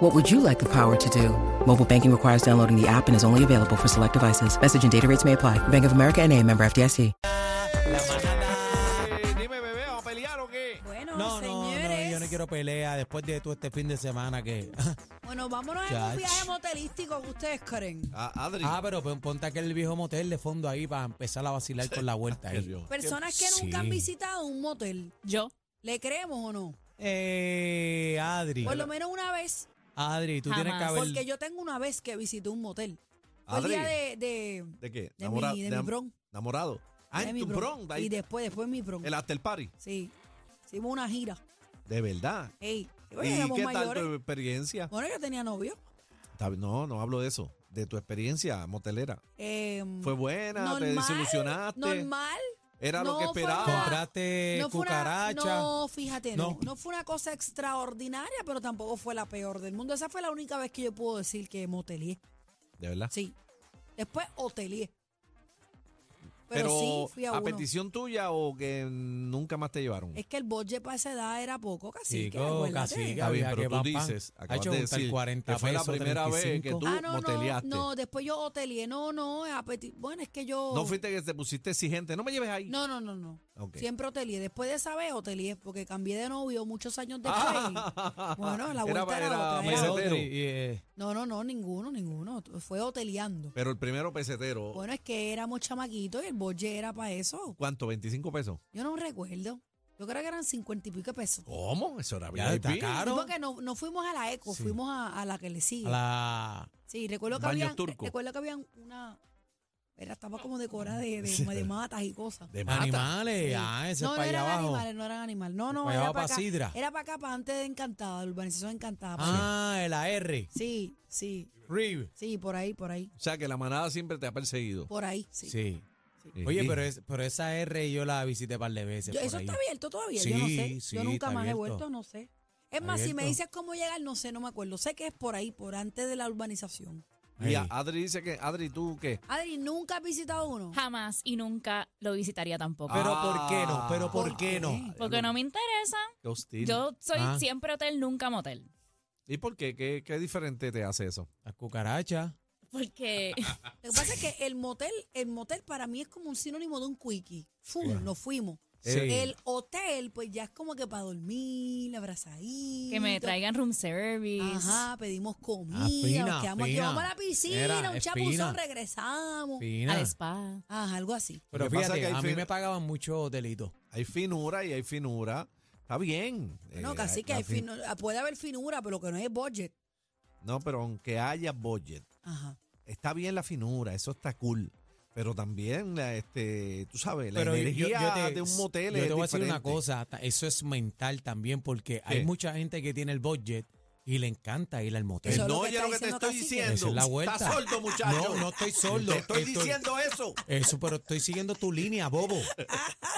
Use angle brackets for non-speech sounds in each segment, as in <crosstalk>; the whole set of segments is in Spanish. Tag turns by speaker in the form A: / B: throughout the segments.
A: What would you like the power to do? Mobile banking requires downloading the app and is only available for select devices. Message and data rates may apply. Bank of America and a member FDIC.
B: Eh, Dime, bebé, ¿vamos a pelear o qué?
C: Bueno,
D: No, no,
C: señores.
D: no, yo no quiero pelea después de todo este fin de semana que...
C: Bueno, vámonos en un
D: Chach.
C: viaje motelístico que ustedes creen.
B: A- Adri.
D: <laughs> Ah, pero pon- ponte aquel viejo motel de fondo ahí para empezar a vacilar con la vuelta. ahí.
C: Personas que
D: Sí.
C: nunca han visitado un motel.
E: Yo.
C: ¿Le creemos o no?
D: Eh, Adri,
C: Por lo menos una vez,
D: Adri, tú tienes que
E: Jamás.
D: haber...
C: porque yo tengo una vez que visité un motel. Fue el
B: Adri.
C: día de, de,
B: ¿De qué?
C: de
B: Enamora-
C: mi, de
B: de
C: mi
B: am-
C: bron.
B: Enamorado. Ah,
C: de
B: en
C: mi
B: tu bron. de ahí,
C: Y después, después mi bron.
B: el after party.
C: Sí. Hicimos una gira.
B: De verdad.
C: Ey. Y bueno,
B: ¿Y
C: éramos
B: qué tal
C: mayores.
B: tu experiencia?
C: Bueno, yo tenía novio.
B: Está- No, no hablo de eso. De tu experiencia motelera.
C: Eh,
B: ¿Fue buena? ¿Te desilusionaste?
C: Normal.
B: ¿Era lo que
C: No fue
B: esperaba?
C: nada.
B: Eh,
D: Compraste
C: fue una-
D: cucaracha.
C: no, fíjate, no.
D: No.
C: no fue una cosa extraordinaria, pero tampoco fue la peor del mundo. Esa fue la única vez que yo puedo decir que motelié.
B: De verdad.
C: Sí. Después hotelié. Pero,
B: Pero,
C: sí, fui a,
B: a,
C: uno.
B: petición tuya o que nunca más te llevaron.
C: Es que el budget para esa edad era poco, Ah, casi.
D: Chico, casi
B: Está bien,
D: había
B: pero
D: que
B: tú
D: papá,
B: dices,
D: ha
B: acabas
D: hecho
B: de
D: juntar
B: decir
D: 40
B: que fue la
D: pesos,
B: primera vez que
D: 35.
B: tú-
C: Ah, no, no,
B: moteleaste.
C: no, después yo hotelié. No, no, a peti- bueno, es que yo...
B: No fuiste que te pusiste exigente. No me lleves ahí. <laughs>
C: No, no, no, no.
B: Ok.
C: Siempre hotelier. Después de esa vez, hotelier, porque cambié de novio muchos años después.
B: <laughs> Ah.
C: Bueno, la
B: Era-
C: vuelta era,
B: era
C: otra.
D: Pero,
C: era
B: mesetero.
C: otra.
D: Adri, y, eh,
C: No, no, no, ninguno, ninguno. Fue hoteleando.
B: Pero el primero pesetero.
C: Bueno, es que éramos chamaquitos y el bolle era para eso.
B: ¿Cuánto? ¿25 pesos?
C: Yo no recuerdo. Yo creo que eran cincuenta y pico de pesos.
B: ¿Cómo? Eso era
D: Ya está
B: VIP.
D: acá. Claro.
C: Sí, Porque no, no fuimos a la eco,
D: Sí.
C: fuimos a, a la que le sigue.
D: a la...
C: Sí, recuerdo que
B: Baños
C: habían,
B: turcos.
C: recuerdo que habían una, era estaba como decorada
D: <laughs>
C: de, de,
B: Sí.
C: de matas y cosas.
B: De mata.
D: Animales,
C: Sí.
D: ah, ese
C: no,
D: es
C: no
D: para allá
C: eran
D: abajo.
C: animales, no eran animales. No, no,
D: Para allá
C: era
D: abajo
C: para
D: para
C: acá.
D: Sidra.
C: Era para acá, para antes de Encantada, la urbanización Encantada. para allá.
D: Ah, la R.
C: Sí, sí,
D: Rib.
C: sí, por ahí, por ahí,
B: O sea que la manada siempre te ha perseguido.
C: por ahí, sí.
D: Sí.
B: Sí.
D: Oye, pero, es- pero esa R yo la visité un par de veces.
C: Yo-
D: por
C: eso
D: ahí.
C: está abierto todavía, yo no
D: Sí,
C: sé.
D: sí,
C: yo nunca
D: está
C: más he
D: abierto.
C: vuelto, no sé. Es
D: Está
C: más, si me
D: abierto.
C: dices cómo llegar, no sé, no me acuerdo. Sé que es por ahí, por antes de la urbanización.
B: Y a-
D: Ey.
B: Adri dice que, Adri, ¿tú qué?
C: Adri, ¿nunca has visitado uno?
E: Jamás y nunca lo visitaría tampoco.
D: Pero
B: Ah.
D: ¿por qué no? Pero ¿por,
C: ¿Por
D: qué,
C: qué?
D: no?
E: porque no me interesa.
B: Qué hostil.
E: Yo soy
D: Ah.
E: siempre hotel, nunca motel.
B: ¿Y por qué? qué? qué diferente te hace eso?
D: Las cucarachas.
E: Porque
C: Lo que pasa es que el motel, el motel para mí es como un sinónimo de un quickie. Fum, nos fuimos.
D: Sí.
C: El hotel, pues ya es como que para dormir, abrazadito.
E: que me traigan room service.
C: Ajá, pedimos comida,
D: Ah, fina,
C: nos quedamos aquí,
D: fina.
C: vamos a la piscina,
D: Era,
C: un
D: es
C: chapuzón,
D: fina.
C: regresamos.
D: Fina.
E: Al spa.
C: Ajá, algo así.
D: Pero
B: Lo que pasa
D: fíjate,
B: es que hay
D: a mí
B: fin-
D: me pagaban mucho hotelito.
B: Hay finura y hay finura. Está bien.
C: No,
B: Eh,
C: casi que
B: la
C: hay
B: fin-
C: finu- puede haber finura, pero que no es budget.
B: No, pero aunque haya budget,
C: Ajá.
B: está bien la finura, eso está cool. Pero también, la, este, tú sabes, la
D: Pero yo-
B: energía
D: yo te-
B: de un motel
D: yo
B: es
D: te voy a decir una
B: diferente.
D: cosa, ta- eso es mental también, porque
B: ¿Qué?
D: hay mucha gente que tiene el budget y le encanta ir al motel.
C: Eso es lo
B: no
C: que
B: oye
C: está
B: lo que te
C: diciendo
B: estoy
C: Cacique.
B: diciendo.
D: Esa es la vuelta.
B: Estás sordo, muchacho.
D: No, no estoy sordo.
B: Te estoy,
D: Estoy-
B: diciendo eso.
D: Eso, pero estoy siguiendo tu
C: <laughs>
D: línea, bobo.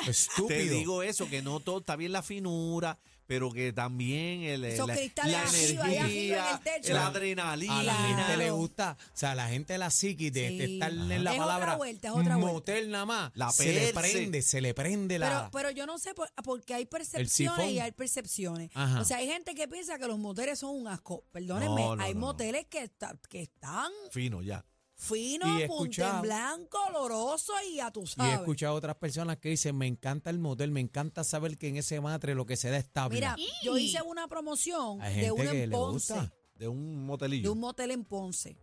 D: Estúpido.
B: Te digo eso, que no todo está bien la finura, pero que también el,
C: Esos
B: la,
C: cristales
B: la
C: arriba, allá arriba en el
B: energía,
C: techo.
B: la
D: A la
B: adrenalina.
C: Claro.
D: gente le gusta, o sea, a la gente la psiqui de, de
C: Sí.
D: estar
C: Ajá.
D: en la
C: Es otra
D: palabra
C: vuelta, es otra vuelta.
D: motel nada más.
B: La
D: se le
B: perse.
D: prende, se le prende
C: Pero, pues,
D: la.
C: pero yo no sé, por- porque hay percepciones y
D: sifón.
C: hay percepciones.
D: Ajá.
C: O sea, hay gente que piensa que los moteles son un asco. Perdónenme,
B: No, no,
C: hay
B: no, no.
C: moteles que, está- que están
B: Fino, ya.
C: finos,
D: Y
C: punta
D: he
C: en
D: escuchado-
C: blanco, oloroso y a tu
D: y he
C: sabes.
D: escuchado a otras personas que dicen, me encanta el motel, me encanta saber que en ese matre lo que se da es tabla.
C: Mira,
E: Y-
C: yo hice una promoción
D: Hay
C: de
D: gente
C: uno
D: que
C: en
D: le
C: Ponce,
D: gusta.
B: De un
C: de
B: motelillo.
C: un motel en Ponce.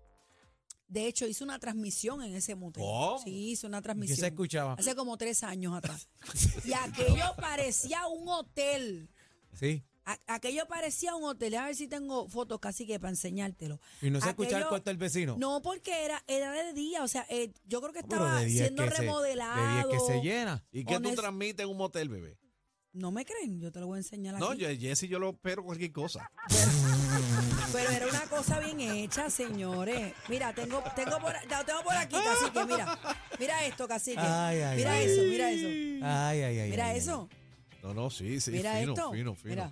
C: De hecho, hizo una transmisión en ese motel.
B: ¿Cómo?
C: Sí, hizo una
D: ¿Y ¿Qué
C: transmisión.
D: se escuchaba?
C: Hace como tres años
D: <laughs>
C: atrás. y aquello parecía un hotel.
D: Sí.
C: A- aquello parecía un hotel. A ver si tengo fotos casi que para enseñártelo.
D: Y no se escuchaba el
C: Aquello-
D: cuarto del vecino. Ah,
C: No, porque era, era de día. O sea, eh, yo creo que
D: Pero
C: estaba
D: de diez
C: siendo
D: que se- de diez
C: remodelado.
D: que se llena.
B: ¿Y qué tú
C: Honest-
B: transmites en un motel, bebé?
C: no me creen, yo te lo voy a enseñar
B: No,
C: aquí.
B: yo, Jessy, yo lo espero cualquier cosa.
C: Pero era una cosa bien hecha, señores. Mira, tengo, tengo por, la tengo por aquí, cacique, mira. Mira esto, cacique.
D: Ay, ay,
C: mira
D: ay.
C: eso, mira eso.
D: Ay, ay, ay.
C: Mira
D: ay, ay.
C: eso.
B: No, no, sí, sí.
C: Mira
B: fino,
C: esto.
B: fino, fino.
C: Mira.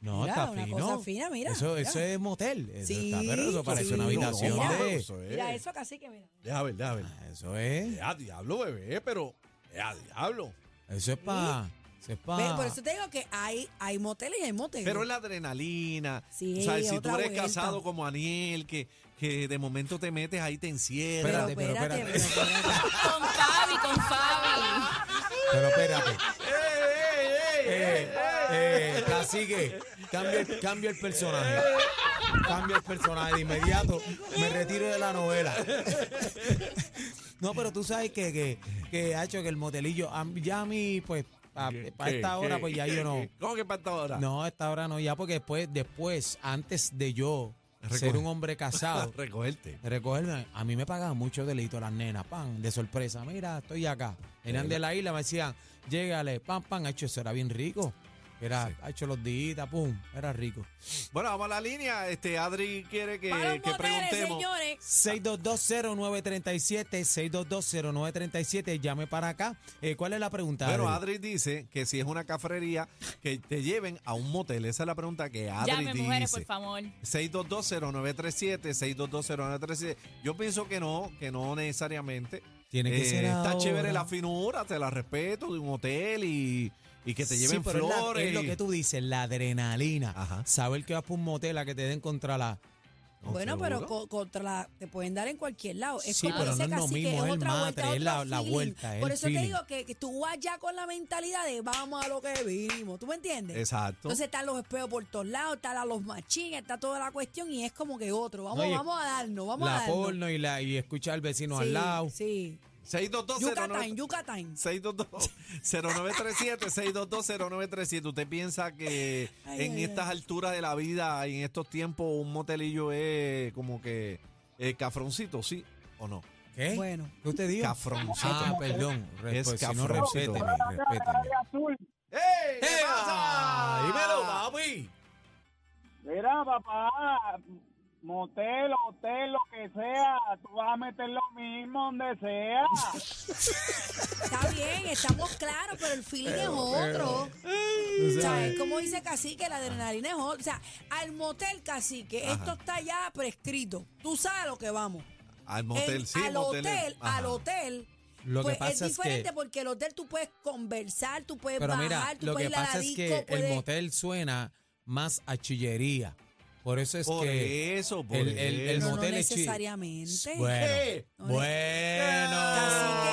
D: No,
C: Mira,
D: está
C: una
D: fino.
C: cosa fina, mira,
D: Eso,
C: mira.
D: eso es motel. Eso
C: Sí,
D: está, pero eso parece
C: sí.
D: una habitación
C: Mira.
D: de-
B: Eso es.
C: Mira eso, cacique, mira.
B: Deja ver, deja ver.
D: Eso es.
B: Ya, diablo, bebé, pero. Ya, diablo.
D: Eso es para. Eso es
C: Ve,
D: pa-
C: por eso te digo que hay, hay moteles y hay moteles.
B: Pero es la adrenalina.
C: Sí,
B: o sea, si tú
C: otra
B: eres
C: vuelta.
B: casado como Aniel, que, que de momento te metes ahí, te encierras.
D: Espérate, pero espérate. <laughs>
C: espérate.
E: Con Fabi, con Fabi.
D: Pero espérate.
B: <laughs> ¡Ey, ey, ey!
D: Eh, eh, cacique, cambia, el- cambia el personaje. Cambia el personaje de inmediato. Me retiro de la novela. No, pero tú sabes que, que, que ha hecho que el motelillo, a mí- ya a mí, pues,
B: ¿Qué,
D: para esta
B: qué,
D: hora, pues ya
B: qué,
D: yo no.
B: qué? ¿Cómo que para esta hora?
D: No, a esta hora no, ya porque después, después antes de yo
B: Recoge.
D: ser un hombre casado,
B: Recogerte.
D: recogerme, a mí me pagaban mucho delito las nenas, pan, de sorpresa, mira, estoy acá. Eran de la isla, me decían, llégale, pan, pan, ha hecho, eso era bien rico. Era, ha hecho los días, pum, era rico.
B: Bueno, vamos a la línea. Este Adri quiere que,
C: Para los
B: que
C: moteles,
B: preguntemos.
C: señores.
D: 6220937, 6220937, llame para acá. Eh, ¿Cuál es la pregunta?
B: Bueno,
D: Adri?
B: Adri dice que si es una cafrería, que te lleven a un motel. Esa es la pregunta que Adri
E: Llame,
B: dice.
E: mujeres, por favor.
B: 6220937, 6220937. Yo pienso que no, que no necesariamente.
D: Tiene que
B: Eh,
D: ser
B: Está
D: ahora.
B: chévere la finura, te la respeto, de un hotel y, y que te lleven
D: Sí, pero es la-
B: flores.
D: Es, lo
B: y-
D: que tú dices, la adrenalina.
B: Ajá.
D: Saber que vas por un motel a que te den contra la.
B: No,
C: bueno,
B: seguro.
C: pero co- contra la, te pueden dar en cualquier lado. Es
D: Sí,
C: como
D: pero
C: dice
D: no es lo
C: Cacique,
D: mismo, es el
C: otra vuelta,
D: matre, es
C: otro
D: la- la
C: feeling.
D: vuelta, es
C: Por
D: el
C: eso te
D: feeling.
C: digo que, que tú vas ya con la mentalidad de vamos a lo que vinimos. ¿Tú me entiendes?
B: Exacto.
C: Entonces están los espejos por todos lados, están a los machines, está toda la cuestión y es como que otro. Vamos,
D: No, y-
C: vamos a darnos, vamos a
D: la
C: darnos.
D: porno y, la, y escuchar al vecino
C: Sí,
D: al lado.
C: Sí.
B: 6220937.
C: Yucatán, Yucatán.
B: 622-0937, 622-0937. ¿Usted piensa que
C: Ay,
B: en
C: ay,
B: estas alturas de la vida y en estos tiempos un motelillo es como que eh, cafroncito, sí o no?
D: ¿Qué?
C: Bueno.
D: ¿Qué usted dijo?
B: Cafroncito.
D: Ah, perdón. Re-
B: Es
D: pues, si no,
B: cafroncito.
D: respéteme, respéteme.
B: ¡Ey! ¿Qué pasa?
D: dímelo, papi.
F: Mira, papá, motel, hotel, lo que sea, tú vas a meter lo mismo donde sea.
C: Está bien, estamos claros, pero el feeling es otro. O
D: Tú
C: sea,
B: eh,
D: sabes.
C: es como dice Cacique, la adrenalina es otra. O sea, al motel Cacique, esto está ya prescrito. Tú sabes a lo que vamos.
B: Al motel,
C: En-
B: sí,
C: al
B: motel es-
C: hotel,
B: ajá.
C: al hotel.
D: Lo
C: pues
D: que pasa
C: es
D: es que-
C: diferente porque el hotel tú puedes conversar, tú puedes
D: Pero
C: bajar,
D: mira,
C: tú
D: lo
C: puedes
D: que
C: ir a la
D: pasa es
C: disco,
D: que el
C: puedes-
D: motel suena más a chillería. Por eso es
B: Por
D: que.
B: eso, por
D: El, el- el
B: eso.
C: Pero no
D: motel es chi-
C: necesariamente.
D: Bueno.
B: ¿Qué?
C: No
D: bueno.
C: Cacique,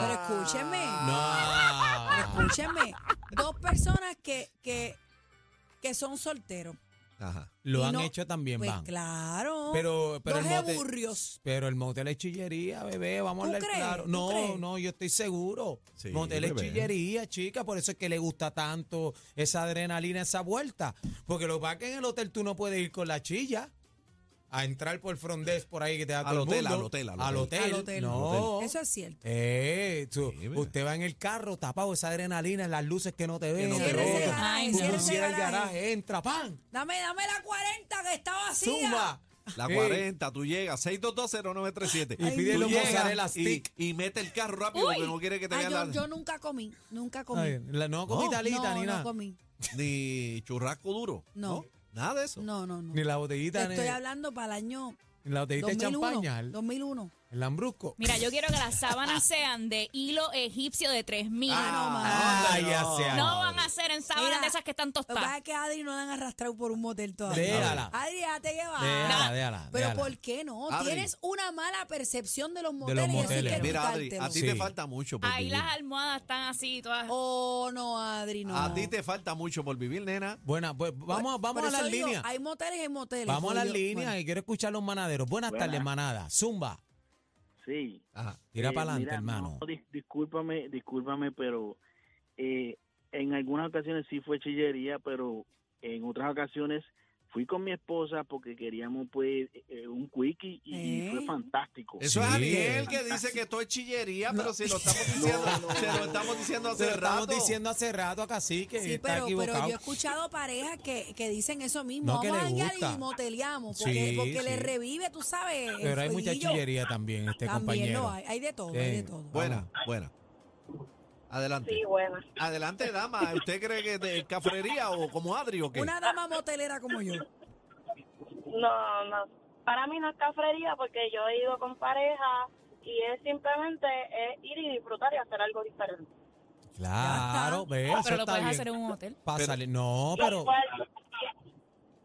C: pero escúcheme. Pero
D: No.
C: <laughs> escúcheme, dos personas que, que, que son solteros.
B: Ajá.
D: Lo
C: Y
D: han
C: no-
D: hecho también,
C: Pues
D: van.
C: claro.
D: Pero, pero
C: dos
D: el motel.
C: eburrios.
D: Pero el motel es chillería, bebé, vamos a
C: ¿Tú
D: hablar
C: crees?
D: claro.
C: ¿Tú
D: No,
C: crees?
D: no, yo estoy seguro.
B: Sí,
D: motel es
B: bebé.
D: chillería, chica, por eso es que le gusta tanto esa adrenalina, esa vuelta. Porque lo que pasa es que en el hotel tú no puedes ir con la chilla a entrar por el front desk por ahí que te da
B: Al
D: todo el
B: hotel,
D: mundo.
B: al hotel, al
D: al
B: hotel.
D: hotel.
C: Al hotel.
D: No.
C: Eso es cierto.
D: Eh, tú-
B: Sí, bebé.
D: usted va en el carro tapado, esa adrenalina, las luces que no te ven.
B: no
D: no
B: te Cierra ese
C: garaje, cierra ese
D: el
C: garaje.
D: garaje, entra, ¡pam!
C: Dame, dame la 40 que está vacía.
D: ¡Zumba!
B: La
D: Sí.
B: 40, tú llegas, 6220937.
D: Y pide
B: Tú
D: los
B: llegas
D: mozzarella
B: y,
D: stick.
B: y mete el carro rápido porque no quiere que te
C: Ay,
B: vean
C: Ah, yo,
B: la...
C: yo nunca comí, nunca comí.
D: Ay, Eh, la- no comí
B: No,
D: talita
C: no,
D: ni nada.
C: no comí.
B: ni churrasco duro.
C: No.
B: Nada de eso.
C: No, no, no.
D: Ni la
C: Te
D: botellita, ni
C: estoy hablando para el año
D: la botellita de
C: 2001.
D: champaña.
C: 2001.
D: El lambrusco.
E: Mira, yo quiero que las sábanas sean de hilo egipcio de 3000.
D: Ah,
B: Ah,
D: ya
B: no.
D: sea.
E: no van a ser en sábanas
C: Mira,
E: de esas que están
C: Lo que pasa
E: tostadas.
C: es que a Adri no la han arrastrado por un motel todavía.
D: Déjala.
C: Adri, déjate llevar.
D: Déjala, déjala,
C: Pero
D: déjala.
C: ¿por qué no?
B: Adri.
C: Tienes una mala percepción de los
D: los
C: moteles, y
D: moteles.
C: así que
B: Mira, Adri, a ti
C: quitártelo.
B: te
D: Sí.
B: falta mucho por
E: Ahí
B: vivir.
E: las almohadas están así todas.
C: Oh, no, Adri, no.
B: A ti te falta mucho por vivir, nena.
D: Buena, pues vamos, vamos
C: Por
D: a
C: eso
D: las
C: digo,
D: líneas.
C: Hay moteles y moteles.
D: Vamos a las
C: Julio.
D: líneas y quiero escuchar los manaderos. Buenas,
G: Buenas.
D: tardes, manada. Zumba.
G: <laughs> Sí.
B: Ajá.
D: Tira
G: Eh,
D: para adelante,
G: mira,
D: hermano.
G: no, dis- discúlpame, discúlpame, pero eh, en algunas ocasiones sí fue chillería, pero en otras ocasiones fui con mi esposa porque queríamos pues eh, un quickie y, y
C: ¿Eh?
G: fue fantástico.
B: Eso es
D: Sí.
B: Ariel que dice que esto es chillería, pero si lo estamos diciendo, se lo estamos diciendo hace
D: Te lo estamos
B: rato.
D: diciendo hace rato a Cacique.
C: Sí,
D: está
C: pero, pero
D: equivocado.
C: yo he escuchado parejas que, que dicen eso mismo.
D: No, que
C: Vamos a
D: le
C: janguear
D: gusta.
C: y moteleamos. Porque,
D: Sí,
C: porque le
D: sí.
C: revive, tú sabes. el
D: Pero hay mucha
C: fueguillo.
D: chillería también, este
C: También
D: compañero.
C: lo hay. Hay de todo,
D: Sí.
C: hay de todo.
B: Buena, buena. Adelante.
H: Sí, buena.
B: Adelante, dama. ¿Usted cree que de cafrería o como Adri o qué?
C: Una dama motelera como yo.
H: No, no. Para mí no es cafrería porque yo he ido con pareja y es simplemente es ir y disfrutar y hacer algo diferente.
D: Claro, ve, eso
E: Ah, pero lo
D: está
E: puedes
D: bien.
E: hacer en un hotel.
D: Pásale. No, pero.
H: Pues,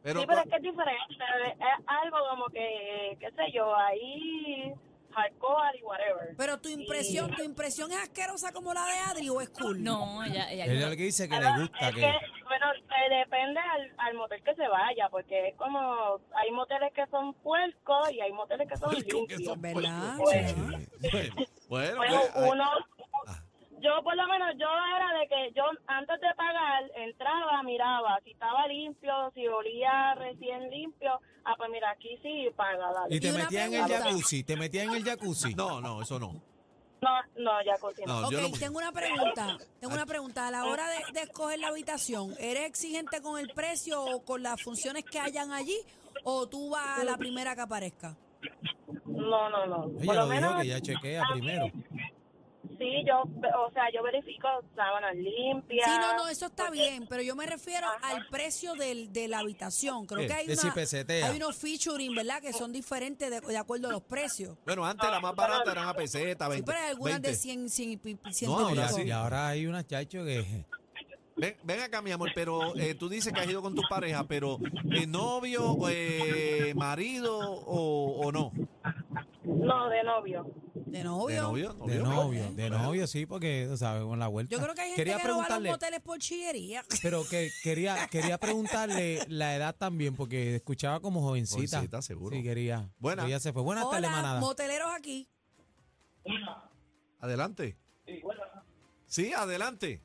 B: Pero,
H: sí, pero es que es diferente. Es algo como que, qué sé yo, ahí alcohol y whatever.
C: Pero tu impresión, tu impresión es asquerosa como la de Adri o es cool.
E: No, ya, ya.
D: Él es el que dice que le gusta.
H: Es
D: Que...
H: que, bueno, eh, depende al, al motel que se vaya, porque es como, hay moteles que son puercos y hay moteles que son
B: Puercos que
H: limpios.
B: son
C: ¿Verdad?
H: Pues,
B: bueno,
H: Bueno,
B: pues, ay,
H: uno, yo por lo menos, yo era de que yo antes de pagar entraba, miraba si estaba limpio, si olía recién limpio. Ah, pues mira, aquí sí paga, dale.
D: Y te
C: Y una
D: metía en el
C: pregunta.
D: jacuzzi. Te metía en el jacuzzi.
B: no, no, eso no.
H: No, no, ya continúa.
B: No,
C: Ok,
B: yo no.
C: tengo una pregunta. Tengo una pregunta. A la hora de, de escoger la habitación, ¿eres exigente con el precio o con las funciones que hayan allí? ¿O tú vas a la primera que aparezca?
H: No, no, no. Por
D: Ella
H: lo
D: lo dijo
H: menos,
D: que ya chequea primero.
H: sí, yo, o sea, yo verifico sábanas limpias.
C: Sí, no, no, eso está bien, pero yo me refiero al precio del, de la habitación. Creo
D: Sí,
C: que hay,
D: de si
C: una,
D: pesetea.
C: hay unos featuring, ¿verdad? Que son diferentes de, de acuerdo a los precios.
B: Bueno, antes la más barata eran a peseta,
C: Sí,
B: 20.
C: pero hay algunas
B: 20.
C: de 100, 100 y pi- pi-
B: No,
D: Y
B: ahora
D: ahora-
B: sí.
D: Y ahora hay una chacho
E: <laughs>
D: que.
B: Ven, ven acá, mi amor, pero eh, tú dices que has ido con tu pareja, pero eh, novio, eh, marido o, o no?
H: No, de novio.
C: de
B: ¿De
C: novio.
B: novio?
D: De novio, de novio, sí, porque, tú sabes, con la vuelta.
C: Yo creo que hay gente
D: Quería
C: que no va a los
D: preguntarle,
C: moteles por chillería.
D: pero que quería, quería preguntarle la edad también, porque escuchaba como jovencita.
B: Jovencita, seguro.
D: Sí, quería.
B: Buena.
D: Pero Ella se fue. Buenas
C: Hola,
D: tardes, manada.
C: moteleros aquí.
B: Adelante. Sí, adelante.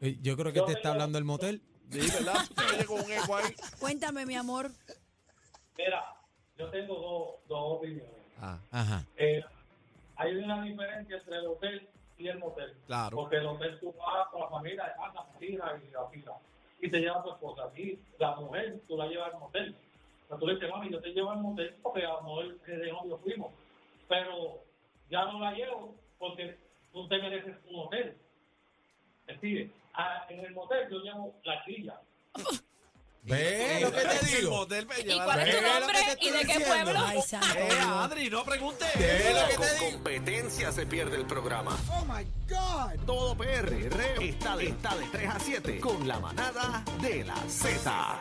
D: Eh, Yo creo que te está hablando el motel.
B: Sí, ¿verdad? Se oye con un eco ahí.
C: Cuéntame, mi amor.
I: Mira, yo tengo dos, dos opiniones.
B: Ah,
D: Ajá.
I: Eh, hay una diferencia entre el hotel y el motel.
B: claro.
I: Porque el hotel tú vas con la familia, hermana, hija y la fila. Y te lleva tu esposa. Aquí la mujer tú la llevas al motel. O sea, tú le dices, mami, yo te llevo al motel porque a lo mejor de novio fuimos. Pero ya no la llevo porque tú te mereces un hotel. Es decir, a- en el motel yo llevo la silla.
D: ¿Ves lo que te
B: Eh, El
D: digo?
B: motel me
E: ¿Y
B: lleva
E: cuál es
D: Ve
E: tu
D: lo que
E: nombre
D: te estoy
E: y de qué
D: diciendo.
E: pueblo?
C: Ay, santo
B: Eh,
C: Dios.
B: Adri, no pregunte.
D: ¿Ves lo que te
J: Con
D: digo?
J: competencia se pierde el programa. Oh my God. Todo PR está de, está de 3 a 7 con la manada de la Z.